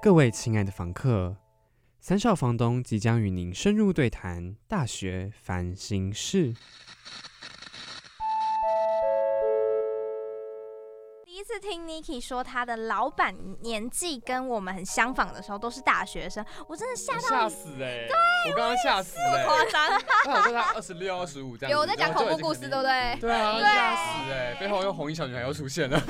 各位亲爱的房客，三少房东即将与您深入对谈大学烦心事。第一次听 Niki 说他的老板年纪跟我们很相仿的时候都是大学生，我真的吓我到吓你，死哎、我刚刚吓死哎、夸张。我想说他二十六、二十五这样子。有我在讲然后恐就怖已经故事，对不对？对啊，对吓死哎、背后又红衣小女孩又出 现了，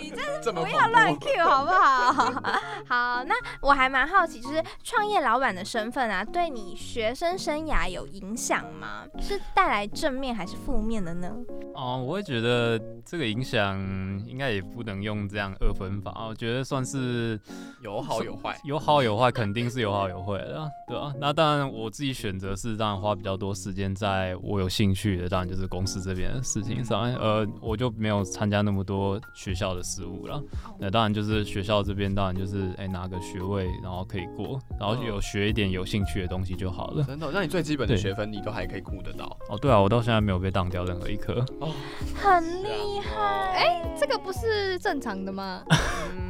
你真这么不恐要 乱怖。 Q 好不好？好，那我还蛮好奇，就是创业老板的身份啊，对你学生生涯有影响吗？是带来正面还是负面的呢？哦，我会觉得这个影响应该也不能用这样二分法，我觉得算是有好有坏，有好有坏，肯定是有好有坏的啊、对啊。那当然，我自己选择是当然花比较多时间在我有兴趣的，当然就是公司这边的事情上。呃，我就没有参加那么多学校的事务了。那当然就是学校这边，当然就是哎、拿个学位，然后可以过，然后嗯有学一点有兴趣的东西就好 了。真的。哦那你最基本的对学分你都还可以顾得到，哦，对啊，我到现在没有被当掉任何一科。很厉哦害，哎、这个不是正常的吗？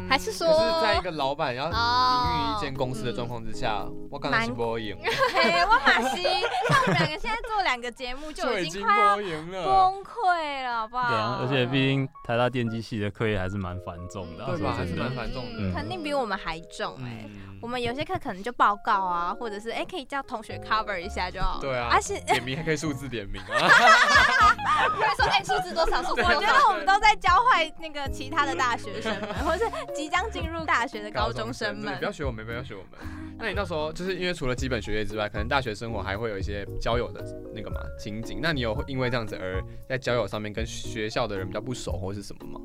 还是说啊嗯可是在一个老板要营哦运一间公司的状况之下，我刚才是蛮播赢，嘿，我马西，像我们两个现在做两个节目就已经快要播赢了，崩溃了，好不好？呃对啊，而且毕竟台大电机系的课业还是蛮繁重的、啊，对说吧？还是真的蛮繁重的。嗯肯定比我们还重哎、嗯我们有些课可能就报告啊，或者是哎、可以叫同学 cover 一下就好了。对啊而且点名还可以数字点名 啊，快说，哎，数字多少？数字我多觉少？得我们都在教坏那个其他的大学生们，或是即将进入大学的高中生真的们不。要学我们，不要学我们。那你到时候就是因为除了基本学业之外，可能大学生活还会有一些交友的那个嘛情景。那你有会因为这样子而在交友上面跟学校的人比较不熟或是什么吗？，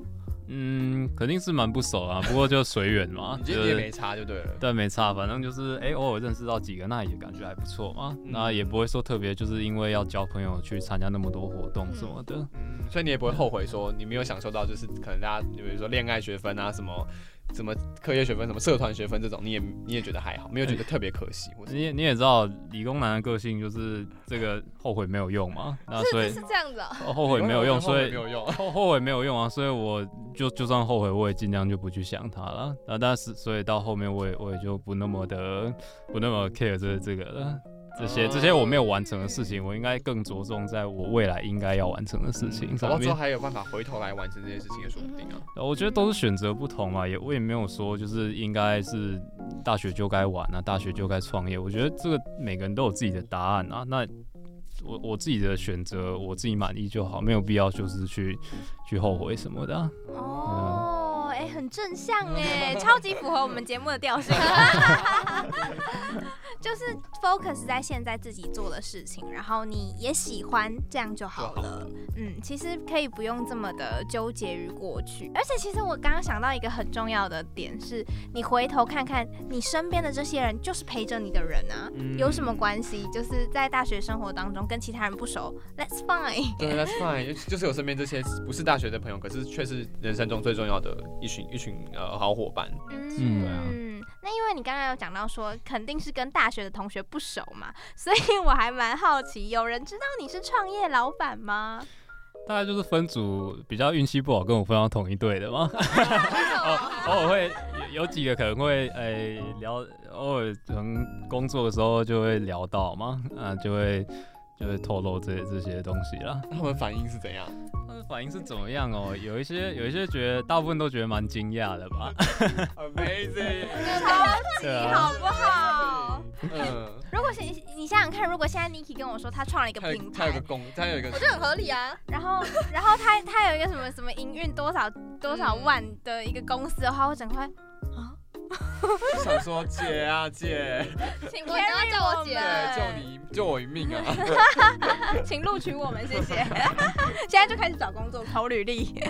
嗯，肯定是蛮不熟啊，不过就随缘 嘛你就觉得你也没是差就对了。但没差，反正就是哎、偶尔认识到几个，那也感觉还不错嘛，嗯那也不会说特别就是因为要交朋友去参加那么多活动什么的，嗯所以你也不会后悔说你没有享受到，就是可能大家比如说恋爱学分啊，什么什么课业学分、什么社团学分这种，你也你也觉得还好，没有觉得特别可惜。或你是也你也知道理工男的个性就是这个后悔没有用嘛，那啊所是以是这样子哦。哦后悔没有用，所以没有用。啊后后悔没有用啊，所以我就就算后悔，我也尽量就不去想它了。啊，但是所以到后面我也我也就不那么的不那么 care 这这个了。这些这些我没有完成的事情，我应该更着重在我未来应该要完成的事情搞上嗯到之后面。还有办法回头来完成这件事情也说不定啊。呃我觉得都是选择不同嘛，也我也没有说就是应该是大学就该玩啊，大学就该创业。我觉得这个每个人都有自己的答案啊。那我我自己的选择，我自己满意就好，没有必要就是去去后悔什么的啊、哦，哎、很正向哎，超级符合我们节目的调 性，就是 focus 在现在自己做的事情，然后你也喜欢，这样就好了。嗯，其实可以不用这么的纠结于过去，而且其实我刚刚想到一个很重要的点是，你回头看看你身边的这些人，就是陪着你的人啊。嗯有什么关系？就是在大学生活当中跟其他人不熟，That's fine。对，That's fine，就就是有身边这些不是大学的朋友，可是却是人生中最重要的一群一群呃好伙伴。嗯对啊嗯，那因为你刚刚有讲到说，肯定是跟大学的同学不熟嘛，所以我还蛮好奇，有人知道你是创业老板吗？大概就是分组比较运气不好，跟我分到同一队的嘛。 偶尔会有有几个可能会诶、聊，偶尔可能工作的时候就会聊到嘛，啊就会就会透露这这些东西啦。那他们反应是怎样？他们反应是怎么样哦？有一些有一些觉得，大部分都觉得蛮惊讶的吧。 Amazing！ 对你啊，好不好？嗯，如果是你你想想看，如果现在 Niki 跟我说他创了一个他有品他有牌个，公，他有一个我觉得很合理啊。然后然后他他有一个什么什么营运多少多少万的一个公司的话，我整块想说姐啊姐，请我等下 carry 叫我姐们对，救你救我一命啊！请录取我们，谢 谢。现在就开始找工作，投履历。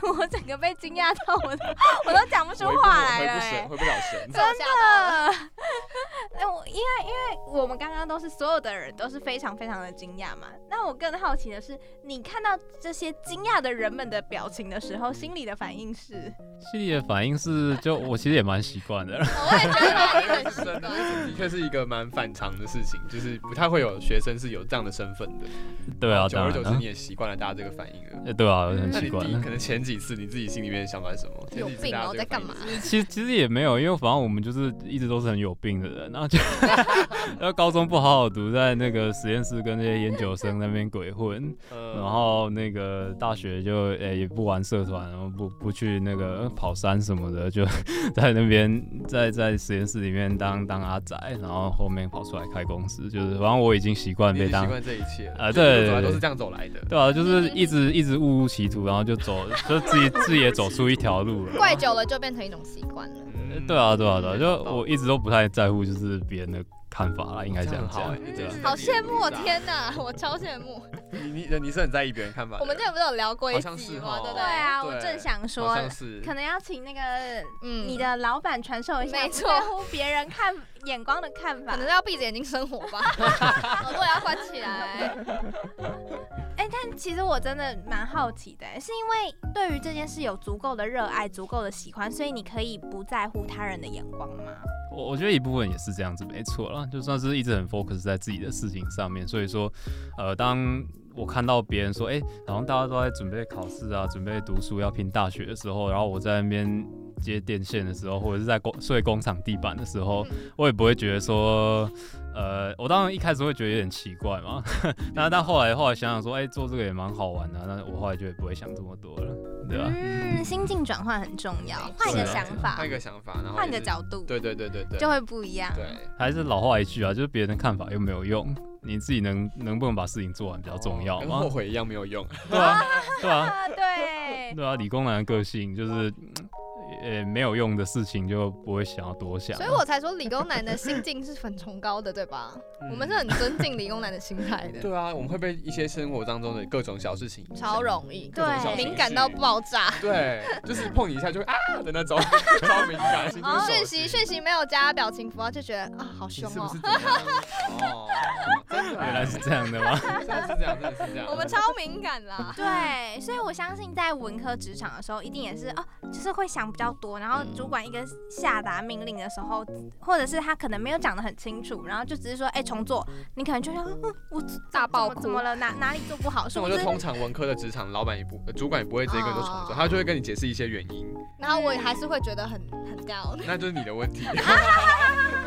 我整个被惊讶到，我都我都讲不出回不话来了、哎回不神，欸。回不了神。真呃，哎、我因为因为我们刚刚都是所有的人都是非常非常的惊讶嘛，那我更好奇的是，你看到这些惊讶的人们的表情的时候，心里的反应是？心里的反应是，就我其实也蛮习惯的。 我也觉得 蛮令人习真的惯。的确是一个蛮反常的事情，就是不太会有学生是有这样的身份的。对啊，久当而然久之啊你，也习惯了大家这个反应了。呃对啊，很那习你惯第一了。可能前几次你自己心里面的想法是什么？有前几次病大家哦，这在个干反应嘛？其实其实也没有，因为反正我们就是一直都是很有病的人，然后就 然后高中不好好读，在那个实验室跟那些研究生那边鬼混，呃然后那个大学就呃、也不玩社团，然后不不去那个呃跑山什么的，就 在那边在在实验室里面当当阿宅，然后后面跑出来开公司，就是反正我已经习惯你已被经习当。惯这一切了啊就一路对走来对都是对这样走来的。对啊，就是一直一直误入歧途，然后就走，就自己自己也走出一条路了。怪久了就变成一种习惯了。呃嗯对啊，对啊，对啊，找就到我一直都不太在乎就是别人的看法啦，应该这样很好讲哎，。对啊，嗯好羡慕哦！天哪，我超羡慕。你你你是很在意别人看法的人。我们之前不是有聊过一好像是集哦吗？对不对对？啊，对我正想好说，像是可能要请那个嗯你的老板传授一下，没不错在乎别人看眼光的看法可。能是要闭着眼睛生活 吧，耳朵也要关起来。其实我真的蛮好奇的，是因为对于这件事有足够的热爱、足够的喜欢，所以你可以不在乎他人的眼光吗？我我觉得一部分也是这样子，没错啦，就算是一直很 focus 在自己的事情上面，所以说，呃，当我看到别人说，哎、好像大家都在准备考试啊，准备读书要拼大学的时候，然后我在那边接电线的时候，或者是在工睡工厂地板的时候，嗯我也不会觉得说，呃，我当然一开始会觉得有点奇怪嘛， 但但后来后来想想说，哎、做这个也蛮好玩的啊、那我后来就也不会想这么多了，对吧、嗯，心境转换很重要，换一个是啊想法换一，个想法，然后换一个也是角度，对对对对对，就会不一样。对。还是老话一句啊，就是别人的看法又没有用，你自己能能不能把事情做完比较重要跟嘛后。悔一样没有用。对啊，对啊，啊，对，对啊，理工男的个性就是，呃，没有用的事情就不会想要多想啊。所以我才说理工男的心境是很崇高的，对吧？我们是很尊敬理工男的心态的，嗯对啊，我们会被一些生活当中的各种小事情影响超容易，各种小情绪敏感到爆 炸。对，就是碰你一下就会啊的那种，超敏感。心哦就是讯手息讯息没有加表情符号，就觉得啊好你凶是不哦是。这样？哦，真的原来是这样的 吗？真的是这样，真的是这样。哦我们超敏感啦，对，所以我相信在文科职场的时候，一定也是哦，就是会想比较多，然后嗯主管一个下达命令的时候，或者是他可能没有讲得很清楚，然后就只是说，哎、重做，你可能就想，嗯，我怎大怎爆么哭怎么了？哪哪里做不 好？是那不？我就是通常文科的职场老板也不，呃主管也不会直接跟你说重做，他就会跟你解释一些原因， 然后我也还是会觉得很很 down。那就是你的问题。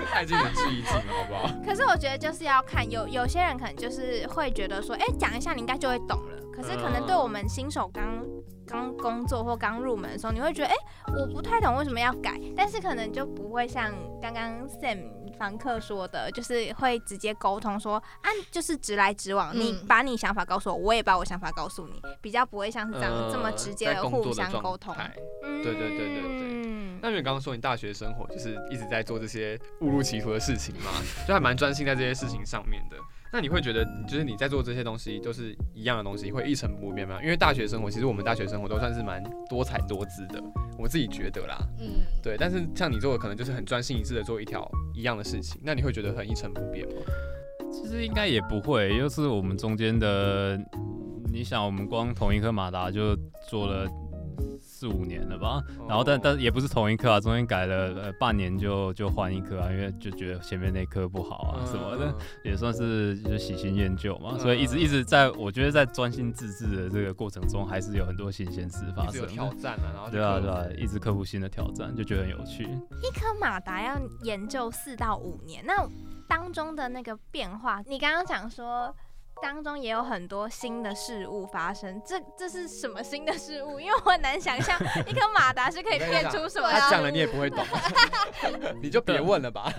太敬人是一敬了，好不好？可是我觉得就是要看有有些人可能就是会觉得说，哎、讲一下你应该就会懂了。可是可能对我们新手刚刚工作或刚入门的时候，你会觉得，哎、我不太懂为什么要改，但是可能就不会像刚刚 Sam 房客说的，就是会直接沟通说，啊，就是直来直往，嗯你把你想法告诉我，我也把我想法告诉你，比较不会像是这样、呃这么直接在的工作互相状沟通。态嗯对对对对对嗯，那你刚刚说你大学生活就是一直在做这些误入歧途的事情嘛，就还蛮专心在这些事情上面的。那你会觉得，就是你在做这些东西都是一样的东西，会一成不变吗？因为大学生活，其实我们大学生活都算是蛮多彩多姿的，我自己觉得啦。嗯，对，但是像你做的，可能就是很专心一致的做一条一样的事情，那你会觉得很一成不变吗？其实应该也不会，就是我们中间的，你想，我们光同一颗马达就做了四五年了吧，然后但哦但也不是同一颗啊，中间改了呃半年就就换一颗啊，因为就觉得前面那颗不好啊什么的。嗯也算是就是喜新厌旧嘛，嗯所以一直一直在，我觉得在专心致志的这个过程中，还是有很多新鲜事发一直有生挑的。战啊，然后就 对啊克服对啊，一直克服新的挑战，就觉得很有趣。一颗马达要研究四到五年，那当中的那个变化，你刚刚讲说当中也有很多新的事物发生，这这是什么新的事物？因为我很难想象一颗马达 是可以变出什么对啊他讲了你也不会懂， 你就别问了吧。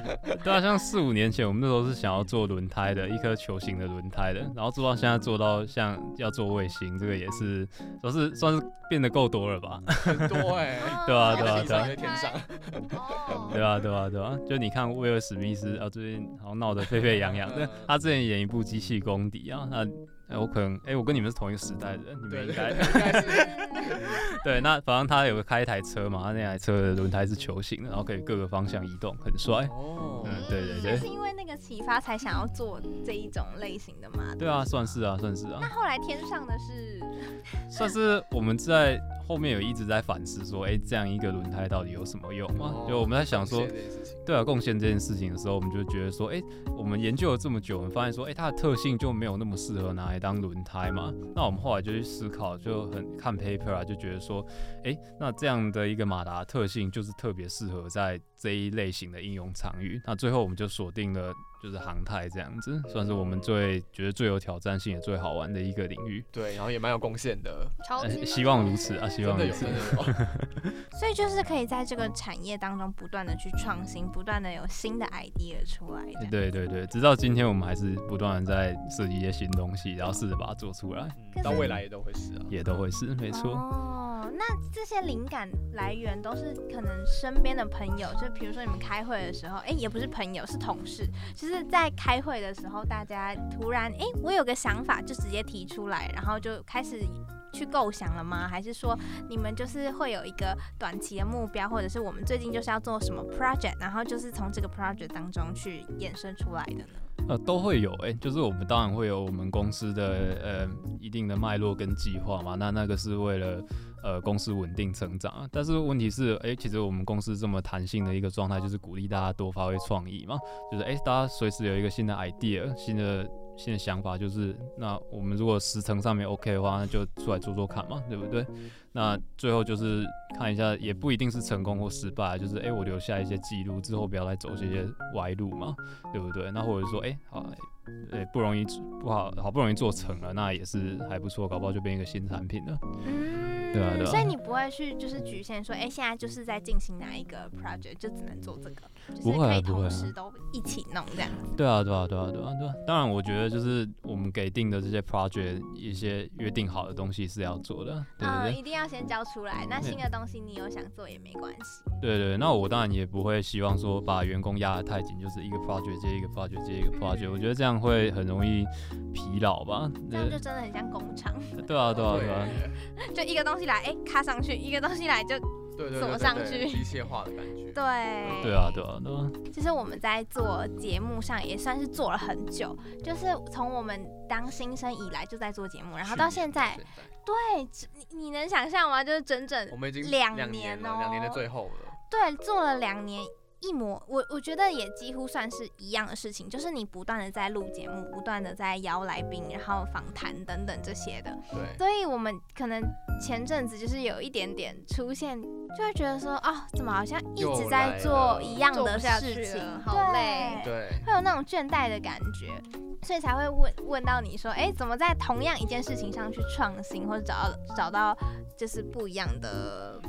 对啊，像四五年前我们那时候是想要做轮胎的，一颗球形的轮胎的，然后做到现在做到像要做卫星，这个也是都是算是变得够多了吧？很多哎、哦啊 对啊对啊在地对上啊在天上。哦，对啊对啊对啊，就你看威尔史密斯啊，最近好像闹得沸沸扬扬的，嗯他之前演一部《机啊器公敌》啊，那。哎我可能哎、我跟你们是同一个时代的人，你对对们应该 对，应该是嗯对，那反正他有个开一台车嘛，他那台车的轮胎是球形的，然后可以各个方向移动，很帅。哦嗯，对对那对是，因为那个启发才想要做这一种类型的嘛？对啊，算是啊，算是啊那，后来天上的是，算是我们在后面有一直在反思说，哎、这样一个轮胎到底有什么用嘛？就我们在想说谢，哦谢这件事情对啊，贡献这件事情的时候，我们就觉得说，哎、我们研究了这么久，我们发现说，哎、它的特性就没有那么适合拿来当轮胎嘛。那我们后来就去思考，就很看 paper 啊，就觉得说，哎、那这样的一个马达特性就是特别适合在这一类型的应用场域。那最后我们就锁定了就是航太这样子，算是我们最觉得最有挑战性也最好玩的一个领域。对，然后也蛮有贡献的，超呃级 希望如此啊，希真望的如有此真。的 有，所以就是可以在这个产业当中不断的去创新，不断的有新的 idea 出来的。对对对，直到今天我们还是不断的在设计一些新东西，然后试着把它做出来。嗯到未来也都会是啊。也都会是，没错。哦，那这些灵感来源都是可能身边的朋友，就比如说你们开会的时候，哎、也不是朋友，是同事，就是在开会的时候，大家突然，哎、我有个想法，就直接提出来，然后就开始。去构想了吗？还是说你们就是会有一个短期的目标，或者是我们最近就是要做什么 project，然后就是从这个 project 当中去衍生出来的呢？呃，都会有哎、就是我们当然会有我们公司的呃一定的脉络跟计划嘛，那那个是为了呃公司稳定成长啊。但是问题是，哎、其实我们公司这么弹性的一个状态，就是鼓励大家多发挥创意嘛，就是哎、大家随时有一个新的 idea，新的。新的想法就是，那我们如果时程上面 OK 的话，那就出来做做看嘛，对不对？那最后就是看一下，也不一定是成功或失败，就是哎、我留下一些记录，之后不要再走这些歪路嘛。对不对？那或者说，哎、好，呃、不容易，不好，好不容易做成了，那也是还不错，搞不好就变一个新产品了。嗯，对啊对啊所以你不会去就是局限说，哎、现在就是在进行哪一个 project，就只能做这个，就是不会啊可以不会啊同时都一起弄这样子。对啊，对啊，对啊，对啊，对啊。当然，我觉得就是我们给定的这些 project，一些约定好的东西是要做的，对对嗯，对，一定要先交出来。那新的东西你有想做也没关系。对对。那我当然也不会希望说把员工压得太紧，就是一个 project 接一个 project 接一个 project，我觉得这样会很容易疲劳吧。这样就对真的很像工厂， 对啊，对啊，对啊。就一个东西来，哎、卡上去；一个东西来就对对对锁对上去对机械化的感觉。对。对啊，对啊，对啊，其实我们在做节目上也算是做了很久，就是从我们当新生以来就在做节目，然后到现在，去年到对，只你你能想象吗？就是整整我们已经呃两年年哦了，两年的最后了。对，做了两年一模，我我觉得也几乎算是一样的事情，就是你不断的在录节目，不断的在邀来宾，然后访谈等等这些的，对，所以我们可能前阵子就是有一点点出现，就会觉得说，哦，怎么好像一又直在来做了一样做的不下事去情了，好累对对，会有那种倦怠的感觉，所以才会问问到你说，哎，怎么在同样一件事情上去创新，或者找到找到就是不一样的、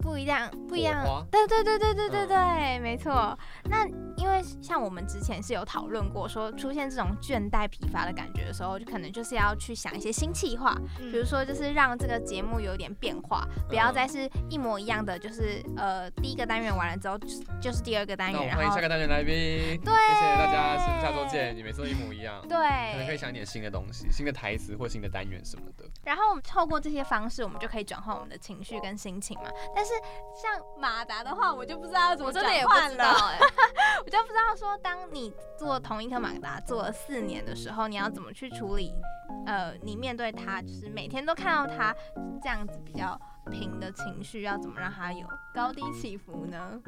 不一样、不一样火花。嗯对对对对对对对，没错。那因为像我们之前是有讨论过，说出现这种倦怠疲乏的感觉的时候，就可能就是要去想一些新气话，嗯比如说就是让这个节目有点变化，不嗯要再是一模一样的，就是呃第一个单元完了之后就是就是第二个单那我元，然们欢迎后下个单元来宾。对，谢谢大家，是下周见。。你每次都一模一样，可能可以对，想一点新的东西、新的台词或新的单元什么的。然后我们透过这些方式，我们就可以转换我们的情绪跟心情嘛。但是像马达的话，我就不知道要怎么我真的也转不换知了道哎、 我就不知道说，当你做同一颗马达做了四年的时候，你要怎么去处理？呃，你面对它，就是每天都看到它这样子比较平的情绪，要怎么让它有高低起伏 呢？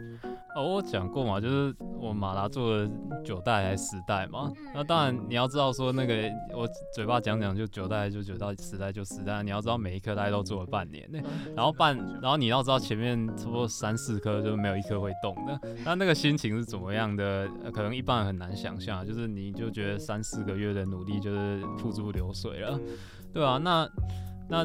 哦，我讲过嘛，就是我马拉做了九代还是十代嘛。那当然你要知道说那个我嘴巴讲讲就九代就九代，十代就十代，你要知道每一颗大概都做了半年呢。然后半，然后你要知道前面差不多三四颗就没有一颗会动的，那那个心情是怎么样的？呃可能一般人很难想象啊，就是你就觉得三四个月的努力就是付诸流水了。对啊，那那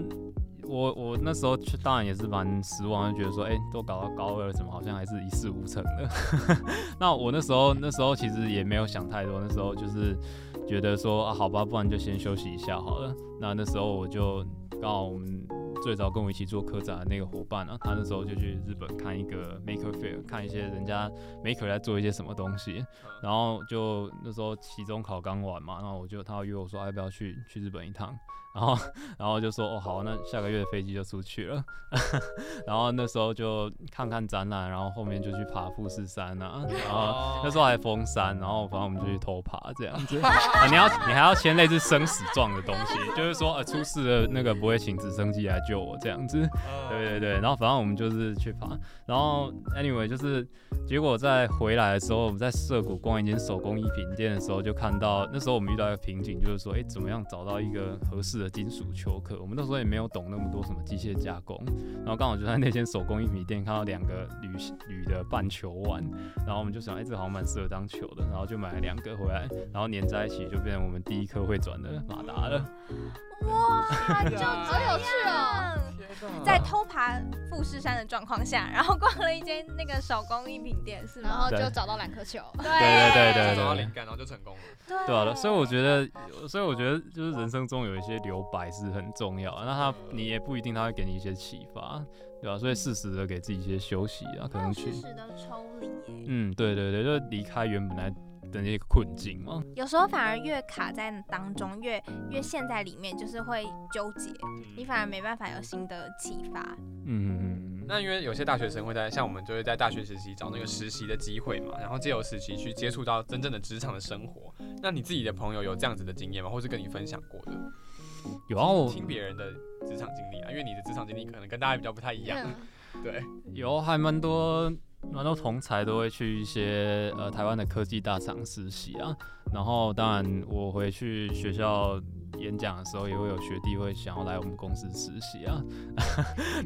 我我那时候去当然也是蛮失望，就觉得说，哎、都搞到高二了，怎么好像还是一事无成的？ 那我那时候那时候其实也没有想太多，那时候就是觉得说，啊，好吧，不然就先休息一下好了。那那时候我就刚好我们。最早跟我一起做科展的那个伙伴啊，他那时候就去日本看一个 Maker Fair，看一些人家 Maker 在做一些什么东西。然后就那时候期中考刚完嘛，然后我就他约我说、啊要不要去去日本一趟，然后 然后就说哦好，那下个月飞机就出去了， 然后那时候就看看展览，然后后面就去爬富士山啊，然后那时候还封山，然后反正我们就去偷爬这样子。啊、你要你还要签类似生死状的东西，就是说呃出事了那个不会请直升机来救我这样子。哦对对对，然后反正我们就是去爬，然后 anyway 就是结果在回来的时候，我们在涩谷逛一间手工艺品店的时候，就看到那时候我们遇到一个瓶颈，就是说哎怎么样找到一个合适的金属球壳？我们那时候也没有懂那么多什么机械加工，然后刚好就在那间手工艺品店看到两个铝铝的半球碗，然后我们就想哎、这好像蛮适合当球的，然后就买了两个回来，然后粘在一起就变成我们第一颗会转的马达了。哇，就啊好有趣哦！在偷爬富士山的状况下，然后逛了一间那个手工艺品店，是然吗？后就对找到两颗球。对对对找对对到灵感，然后就成功了。对对啊，所以我觉得，所以我觉得就是人生中有一些留白是很重要的。那他你也不一定他会给你一些启发，对啊吧、所以适时的给自己一些休息啊，可能去适，时的抽离耶。嗯，对对对，就离开原本来的那个困境嘛。有时候反而越卡在当中，越越陷在里面，就是会纠结，你反而没办法有新的启发。嗯，那因为有些大学生会在像我们就会在大学时期找那个实习的机会嘛，然后借由实习去接触到真正的职场的生活。那你自己的朋友有这样子的经验吗？或是跟你分享过的？有啊，我听别人的职场经历啊，因为你的职场经历可能跟大家比较不太一样。嗯对，有还蛮多蛮多同才都会去一些呃台湾的科技大厂实习啊，然后当然我回去学校演讲的时候，也会有学弟会想要来我们公司实习啊。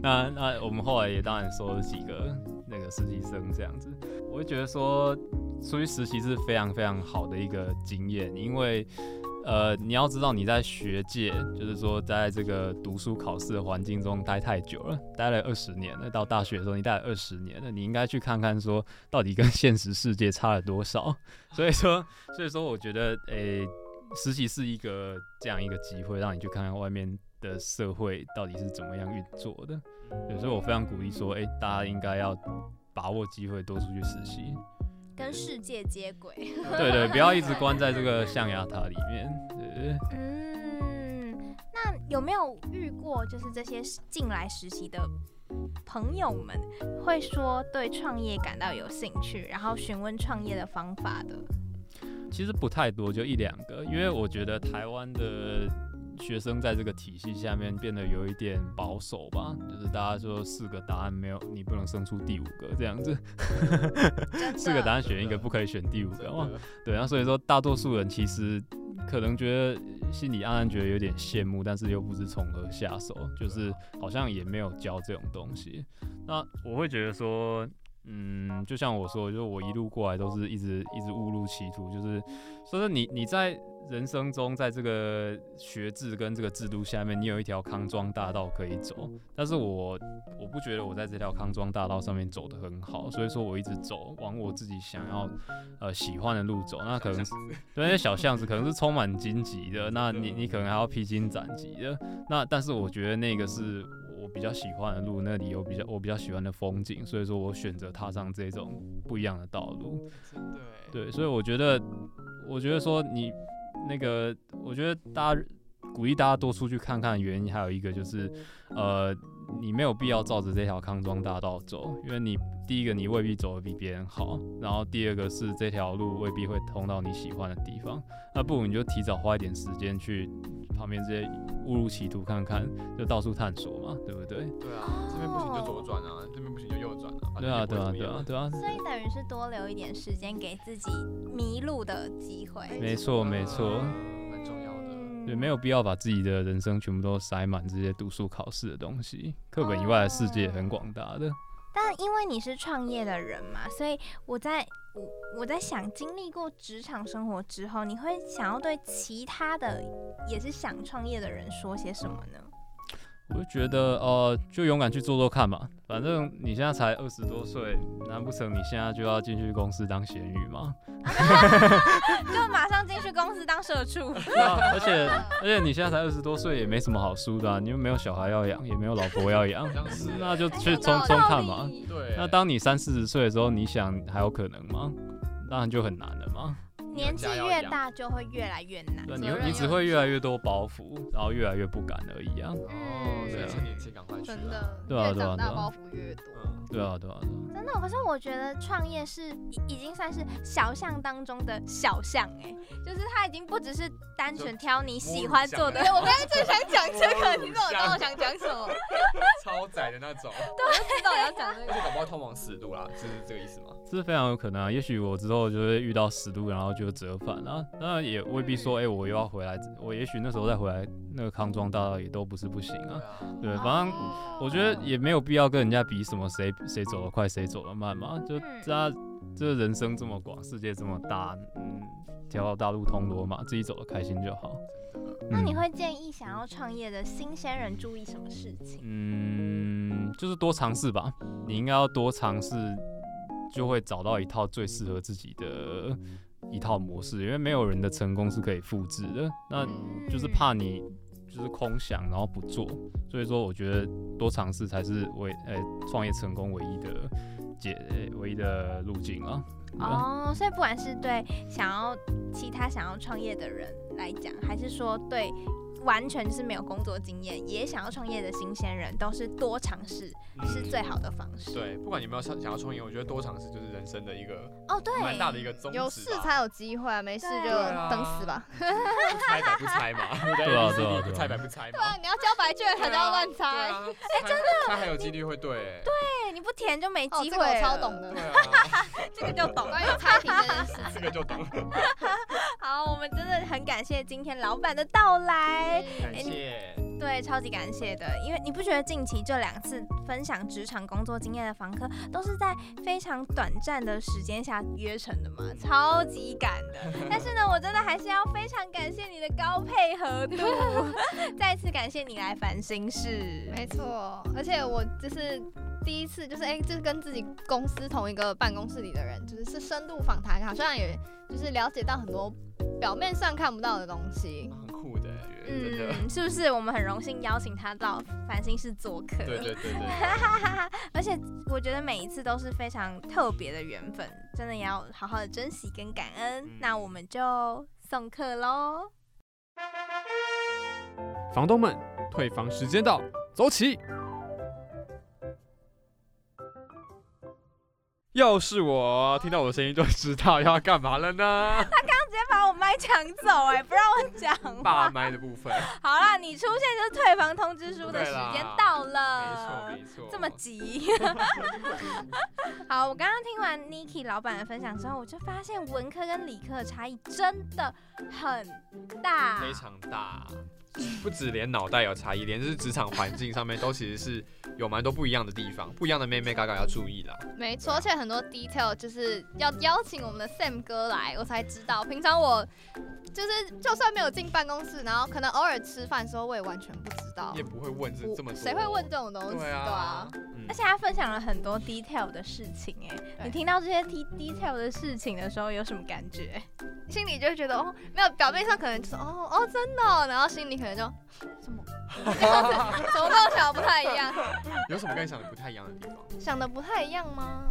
那那我们后来也当然收了几个那个实习生这样子，我会觉得说出去实习是非常非常好的一个经验，因为。呃，你要知道你在学界，就是说在这个读书考试的环境中待太久了，待了二十年了。到大学的时候，你待了二十年了，你应该去看看说到底跟现实世界差了多少。 所以说，所以说，我觉得，诶、实习是一个这样一个机会，让你去看看外面的社会到底是怎么样运作的。有时候我非常鼓励说，诶、大家应该要把握机会，多出去实习。跟世界接轨。对对，不要一直关在这个象牙塔里面。对对对。 嗯，那有没有遇过就是这些进来实习的朋友们会说对创业感到有兴趣，然后询问创业的方法的？其实不太多，就一两个，因为我觉得台湾的学生在这个体系下面变得有一点保守吧，就是大家说四个答案没有，你不能生出第五个这样子，四啊个答案选一啊个，不可以选第五个哇。对，那所以说大多数人其实可能觉得心里暗暗觉得有点羡慕，但是又不知从何下手，就是好像也没有教这种东西。那我会觉得说。嗯，就像我说，就是我一路过来都是一直一直误入歧途，就是所以说你你在人生中，在这个学制跟这个制度下面，你有一条康庄大道可以走，但是我我不觉得我在这条康庄大道上面走得很好，所以说我一直走往我自己想要呃喜欢的路走，那可能是对那些小巷子可能是充满荆棘的，那你你可能还要披荆斩棘的，那但是我觉得那个是。我比较喜欢的路，那里有比较我比较喜欢的风景，所以说我选择踏上这种不一样的道路。真的哎，对，所以我觉得，我觉得说你那个，我觉得大家鼓励大家多出去看看的原因，还有一个就是，呃，你没有必要照着这条康庄大道走，因为你第一个你未必走得比别人好，然后第二个是这条路未必会通到你喜欢的地方，那不如你就提早花一点时间去旁边这些误入歧途看看，就到处探索嘛，对不对？对啊，这边不行就左转啊，这边不行就右转啊。反正对也啊，不会怎对啊，么对啊样，对啊，所以等于是多留一点时间给自己迷路的机会。没错，没错。啊蛮重要的。嗯对，没有必要把自己的人生全部都塞满这些读书考试的东西，课本以外的世界很广大的。但因为你是创业的人嘛，所以我在我我在想，经历过职场生活之后，你会想要对其他的也是想创业的人说些什么呢？我就觉得，呃，就勇敢去做做看嘛，反正你现在才二十多岁，难不成你现在就要进去公司当咸鱼吗？ 就马上进去公司当社 畜，对啊，而且而且你现在才二十多岁，也没什么好输的、啊，你又没有小孩要养，也没有老婆要养好，像是欸那就去哎冲冲看有嘛。。道理对，那当你三四十岁的时候，你想还有可能吗？当然就很难了嘛。你有年纪家要越养，大就会越来越难。对，责你任你又只会越来越多包袱，然后越来越不敢而已啊。哦，所对啊以趁年轻赶快去啊，真的，对啊越对啊长大对啊包袱越多。嗯，对啊，对啊，对啊真的，可是我觉得创业是已已经算是小项当中的小项哎、就是它已经不只是单纯挑你喜欢做的就摸乳对，我刚才正想讲这个，你知道我我 刚好想讲什么？超窄的那种，我就知道你要讲这而个。且搞不好通往死路啦，是是这个意思吗？这是非常有可能啊。也许我之后就会遇到死路，然后就折返啊。那也未必嗯说，哎、我又要回来。我也许那时候再回来，那个康庄大道也都不是不行啊。啊，对，反正哦我觉得嗯也没有必要跟人家比什么谁谁走得快，谁走得慢嘛。就嗯大家这人生这么广，世界这么大，嗯，条大路通罗马，自己走得开心就好。那你嗯会建议想要创业的新鲜人注意什么事情？嗯，就是多尝试吧。你应该要多尝试，就会找到一套最适合自己的一套模式，因为没有人的成功是可以复制的。那就是怕你就是空想，然后不做。所以说，我觉得多尝试才是唯呃创、业成功唯一的解、呃唯一的路径啊。对啊哦，所以不管是对想要其他想要创业的人来讲，还是说对完全是没有工作经验也想要创业的新鲜人，都是多尝试是最好的方式。嗯对，不管你有没有想想要创业，我觉得多尝试就是人生的一个哦，对，蛮大的一个宗旨吧。有事才有机会啊，没事就对啊等死吧。不猜白不猜嘛，对对啊对啊对啊不猜白不猜嘛对。啊，你要交白卷还是要乱对猜？啊，哎，真的，猜还有几率会对，对对你不填就没哦，机这会个了、我超懂的。啊，这个就懂。关于猜题这件事， 这个就懂了。 好，我们真的很感谢今天老板的到哎来，感谢，对，超级感谢的，因为你不觉得近期这两次分享职场工作经验的房客，都是在非常短暂的时间下约成的吗？超级赶的。但是呢，我真的还是要非常感谢你的高配合 度，再次感谢你来烦心事。没错，而且我就是第一次，就是哎，就是跟自己公司同一个办公室里的人，就是是深度访谈，好像也就是了解到很多表面上看不到的东西。很酷的，真的。嗯，是不是我们很荣幸邀请他到烦心室做客？对对对对， 而且我觉得每一次都是非常特别的缘分，真的要好好的珍惜跟感恩。嗯那我们就送客喽。房东们，退房时间到，走 起！又是我，听到我的声音就知道要干嘛了呢。 直接 把我麦抢走、哎，不让我讲霸话。麦的部分，好啦，你出现就是退房通知书的时间到了。没错没错，呃这么急， 好，我刚刚听完 Niki 老板的分享之后，我就发现文科跟理科的差异真的很啊大，非常大。啊不止连脑袋有差异，连就是职场环境上面都其实是有蛮多不一样的地方，不一样的妹妹嘎嘎要注意啦。没错，而且很多 detail 就是要邀请我们的 Sam 哥来，我才知道。平常我就是就算没有进办公室，然后可能偶尔吃饭的时候，我也完全不知道你也。不会问这哦我这么多，谁会问这种东西？对啊啊，，嗯而且他分享了很多 detail 的事情、哎，对你听到这些 t detail 的事情的时候有什么感觉？心里就会觉得哦，没有，表面上可能就是哦哦真的哦，然后心里可能就 什么，什么大小不太一样，有什么跟你想的不太一样的地方？ 想的不太一样吗？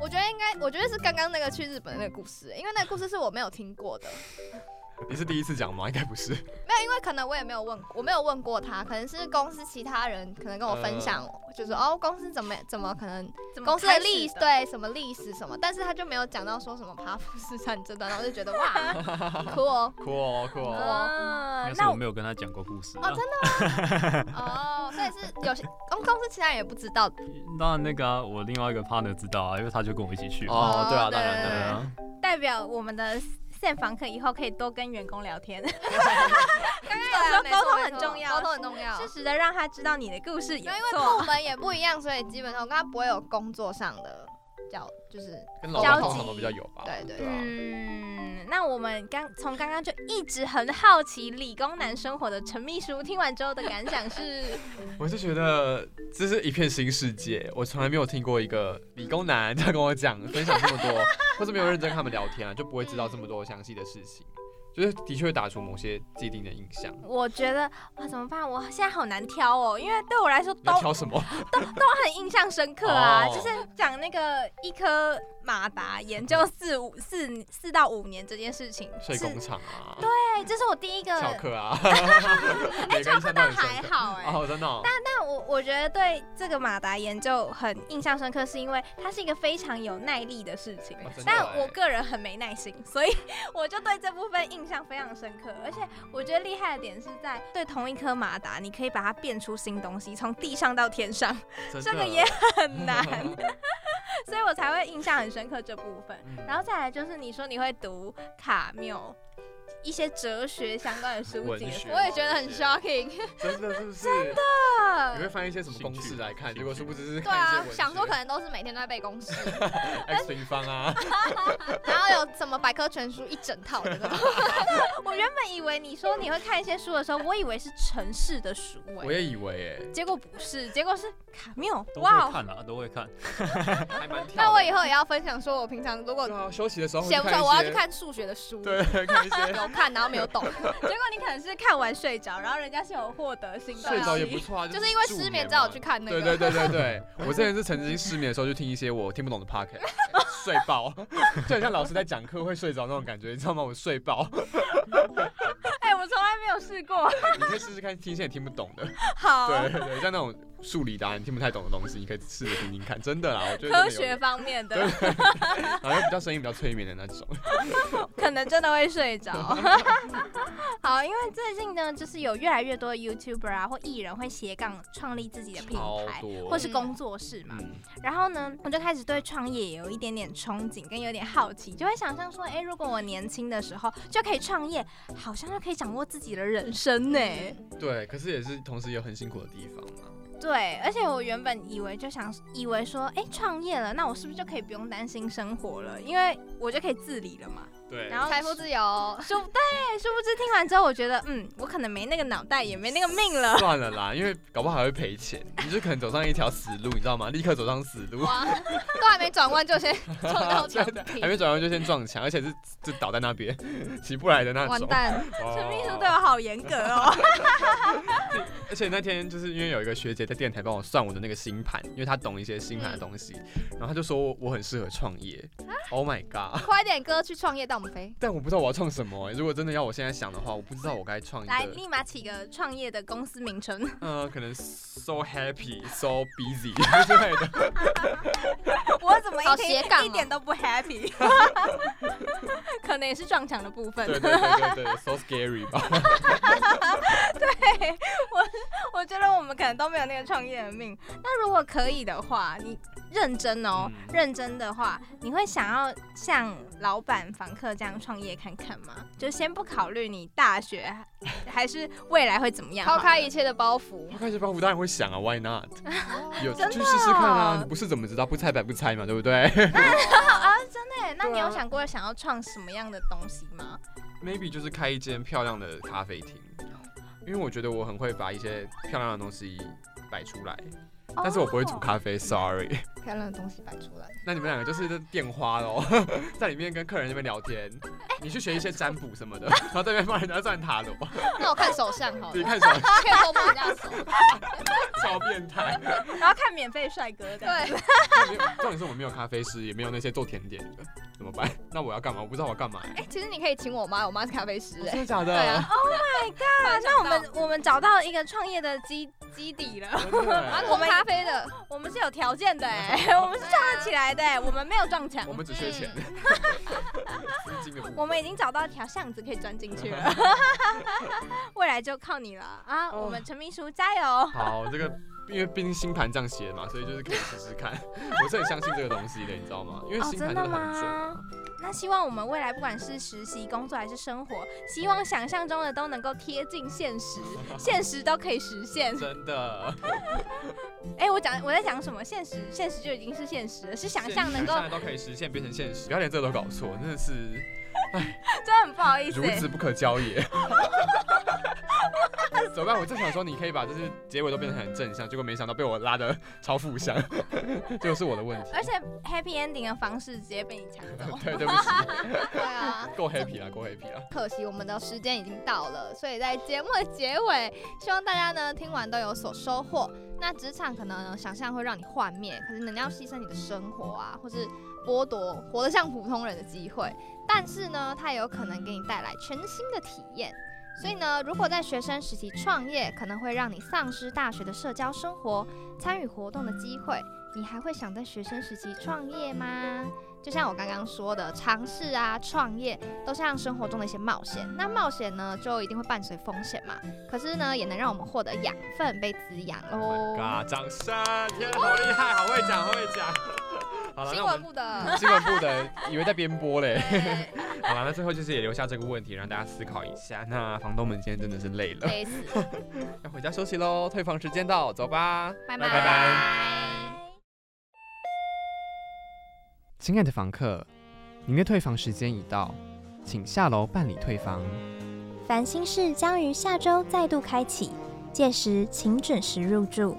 我觉得应该，我觉得是刚刚那个去日本的那个故事，因为那个故事是我没有听过的，你是第一次讲吗？应该不是。没有，因为可能我也没有问，我没有问过他，可能是公司其他人可能跟我分享，就是哦公司怎么怎么可能怎公司的嗯开始历史对什么历史什么，但是他就没有讲到说什么爬富士山这段，然后我就觉得哇酷哦酷哦酷哦，嗯但是那我我没有跟他讲过故事、啊哦真哦，所以是有些公公司其他人也不知道当然那个啊，我另外一个 partner 知道啊，因为他就跟我一起去。哦对啊对当然对当然，啊，代表我们的 Sam 房客以后可以多跟员工聊天，对啊没错沟通很没错重要沟通很重要适。时的让他知道你的故事也那因为不部错。门也不一样，所以基本上我跟他不会有工作上的交，就是跟老板交通集常都比较有吧？对对啊。嗯，那我们刚从刚刚就一直很好奇理工男生活的陈秘书听完之后的感想是，我是觉得这是一片新世界，我从来没有听过一个理工男 在跟我讲分享这么多，或是没有认真跟他们聊天啊，就不会知道这么多详细的事情。就是的确打出某些既定的印象。 我觉得哇，怎么办？我现在好难挑哦，因为对我来说你都要挑什 么？很印象深刻啊，哦就是讲那个一颗马达研究四五四四到五年这件事情，睡是工厂啊，对，这是我第一个。翘课 啊，哎，每个翘课印象倒都很还深刻。好哎、哦，真的哦，但我我觉得对这个马达研究很印象深刻，是因为它是一个非常有耐力的事情。哦真的但我哎个人很没耐心，所以 我就对这部分印象非常深刻。而且我觉得厉害的点是在对同一颗马达，你可以把它变出新东西，从地上到天上，真这的个也很 难，所以我才会印象很深刻这部分。嗯然后再来就是你说你会读卡缪一些哲学相关的书文籍，学我也觉得很对 shocking。真的是不是？真的，你会翻一些什么公式来看？结果殊不知是对看一些啊文，学想说可能都是每天都在背公式， x 平方啊，然后有什么百科全书一整套的那种。我原本以为你说你会看一些书的时候，我以为是城市的书我哎、也以为欸结果不是，结果是卡缪，都哇会哦，看啦，都会看。哎，还蛮跳的。 那我以后也要分享，说我平常如果对啊，休息的时候会写不出来，一我要些去，看数学的书，对，看一些。 有看然后没有 懂，结果你可能是看完睡着，然后人家是有获得新睡着也不东西。错啊，就是因为失眠才有去看看那对个。对对对对，我之前是曾经失眠的时候去听一些我听不懂的 podcast，睡 爆， 就很像老师在讲课会睡着那种感觉，你知道吗？我睡爆， 哎、我从来没有试过。你可以试试看听一些你听不懂的，好，对对对，像那种数理答案你听不太懂的东西，你可以试着听听看，真的啦，我觉得真的有科学，方面的对然后比较声音比较催眠的那种，可能真的会睡着。好，因为最近呢，就是有越来越多的 YouTuber 啊或艺人会斜杠创立自己的品 牌。多或是工作室嘛，嗯，然后呢，我就开始对创业有一点点憧憬，跟有点好奇，就会想象说，哎，如果我年轻的时候就可以创业，好像就可以掌握自己的人生呢。对，可是也是同时也有很辛苦的地方嘛，对，而且我原本以为就想以为说，哎，创业了，那我是不是就可以不用担心生活了？因为我就可以自理了嘛。对然后财富 自由，殊对，殊不知听完之后，我觉得，嗯，我可能没那个脑袋，也没那个命了。 算了啦，因为搞不好还会赔钱，你就可能走上一条死路，你知道吗？立刻走上死路。哇，都还没转弯就 先撞到墙壁还，没转弯就先撞墙，而且是就倒在那边，起不来的那完种。哦蛋！ 陈秘书对我好严格哦。而且那天就是因为有一个学姐在电台帮我算我的那个星盘，因为她懂一些星盘的东西，然后她就说我我很适合创业。Oh 啊 my god！ 快点哥去创业，带我们飞。但我不知道我要创什么、欸如果真的要我现在想的话，我不知道我该创一来，个，立马起个创业的公司名称。呃，可能 so happy so busy 之类的。 我怎么一好听斜杠哦一点都不 happy？可能也是撞墙的部分。对对对对对，so scary 吧。我觉得我们可能都没有那个创业的命。那如果可以的话，你认真哦，嗯 认真的话，你会想要像老板房客这样创业看看吗？就先不考虑你大学 还是未来会怎么样好抛了，开一切的包袱我，开始帮我当然会想啊，Why not？有真的去试试看啊，哦你不是怎么知道不猜白不猜嘛，对不对啊，真的耶？那你对啊有想过想要创什么样的东西吗？ ？Maybe 就是开一间漂亮的咖啡厅，因为我觉得我很会把一些漂亮的东西摆出来，但是我不会煮哦。咖啡，sorry。 漂亮的东西摆出来。那你们两个就是这电花喽， 在里面跟客人那边聊天，哎你去学一些占卜什么的，然后在那边帮人家算塔罗，那我看手相好自己了，看什 么可以摸摸人家的手。超变态。然后看免费帅哥的。对，没有重点是我没有咖啡师，也没有那些做甜点的，怎么办？那我要干嘛？我不知道我要干嘛、哎，其实你可以请我妈，我妈是咖啡师真哎。的假的？对啊，啊，那我们我们找到一个创业的基基底了。真的然 欸后咖啡的，我们是有条件的哎、我们是创得起来的哎、我们没有撞墙嗯我。们只缺钱，嗯资金的部嗯分我们已经找到一条巷子可以钻进 去了，未来就靠你了啊！哦我们陈秘书加油！好，哦这个因为毕竟星盘这样写的嘛，所以就是可以试试看。我是很相信这个东西的，你知道吗？因为哦星真盘真的的很准、啊。吗那希望我们未来不管是实习、工作还是生活，希望想象中的都能够贴近现 实，现实都可以实现。真的，哎、我讲我在讲什么？现实，现实就已经是现实了，是想象能够，现在都可以实现，变成现实，不要连这个都搞错，真的是 真的很不好意思、孺哎子不可教也。 怎么办？我正想说你可以把就是结尾都变得很正向，结果没想到被我拉的超负向，就是我的问题。而且 happy ending 的方式直接被你抢走。对，对不起，对啊，够 happy 了，够 happy 了。可惜我们的时间已经到了，所以在节目的结尾，希望大家呢听完都有所收获。那职场可能想象会让你幻灭，可是能要牺牲你的生活啊，或是剥夺活得像普通人的机会。但是呢，它也有可能给你带来全新的体验。所以呢，如果在学生时期创业，可能会让你丧失大学的社交生活、参与活动的机会。你还会想在学生时期创业吗？就像我刚刚说的，尝试啊，创业都像生活中的一些冒险。那冒险呢，就一定会伴随风险嘛。可是呢，也能让我们获得养分，被滋养喽。啊，掌声！天啊，好厉害，好会讲，好会讲。好了，新那我闻们，部 的新闻部的以为在编播嘞。对 好了，那最后就是也留下这个问题让大家思考一下。那房东们今天真的是累了，累死，要回家休息喽。退房时间到，走吧。拜拜拜拜。亲爱的房客，您的退房时间已到，请下楼办理退房。烦心事将于下周再度开启，届时请准时入住。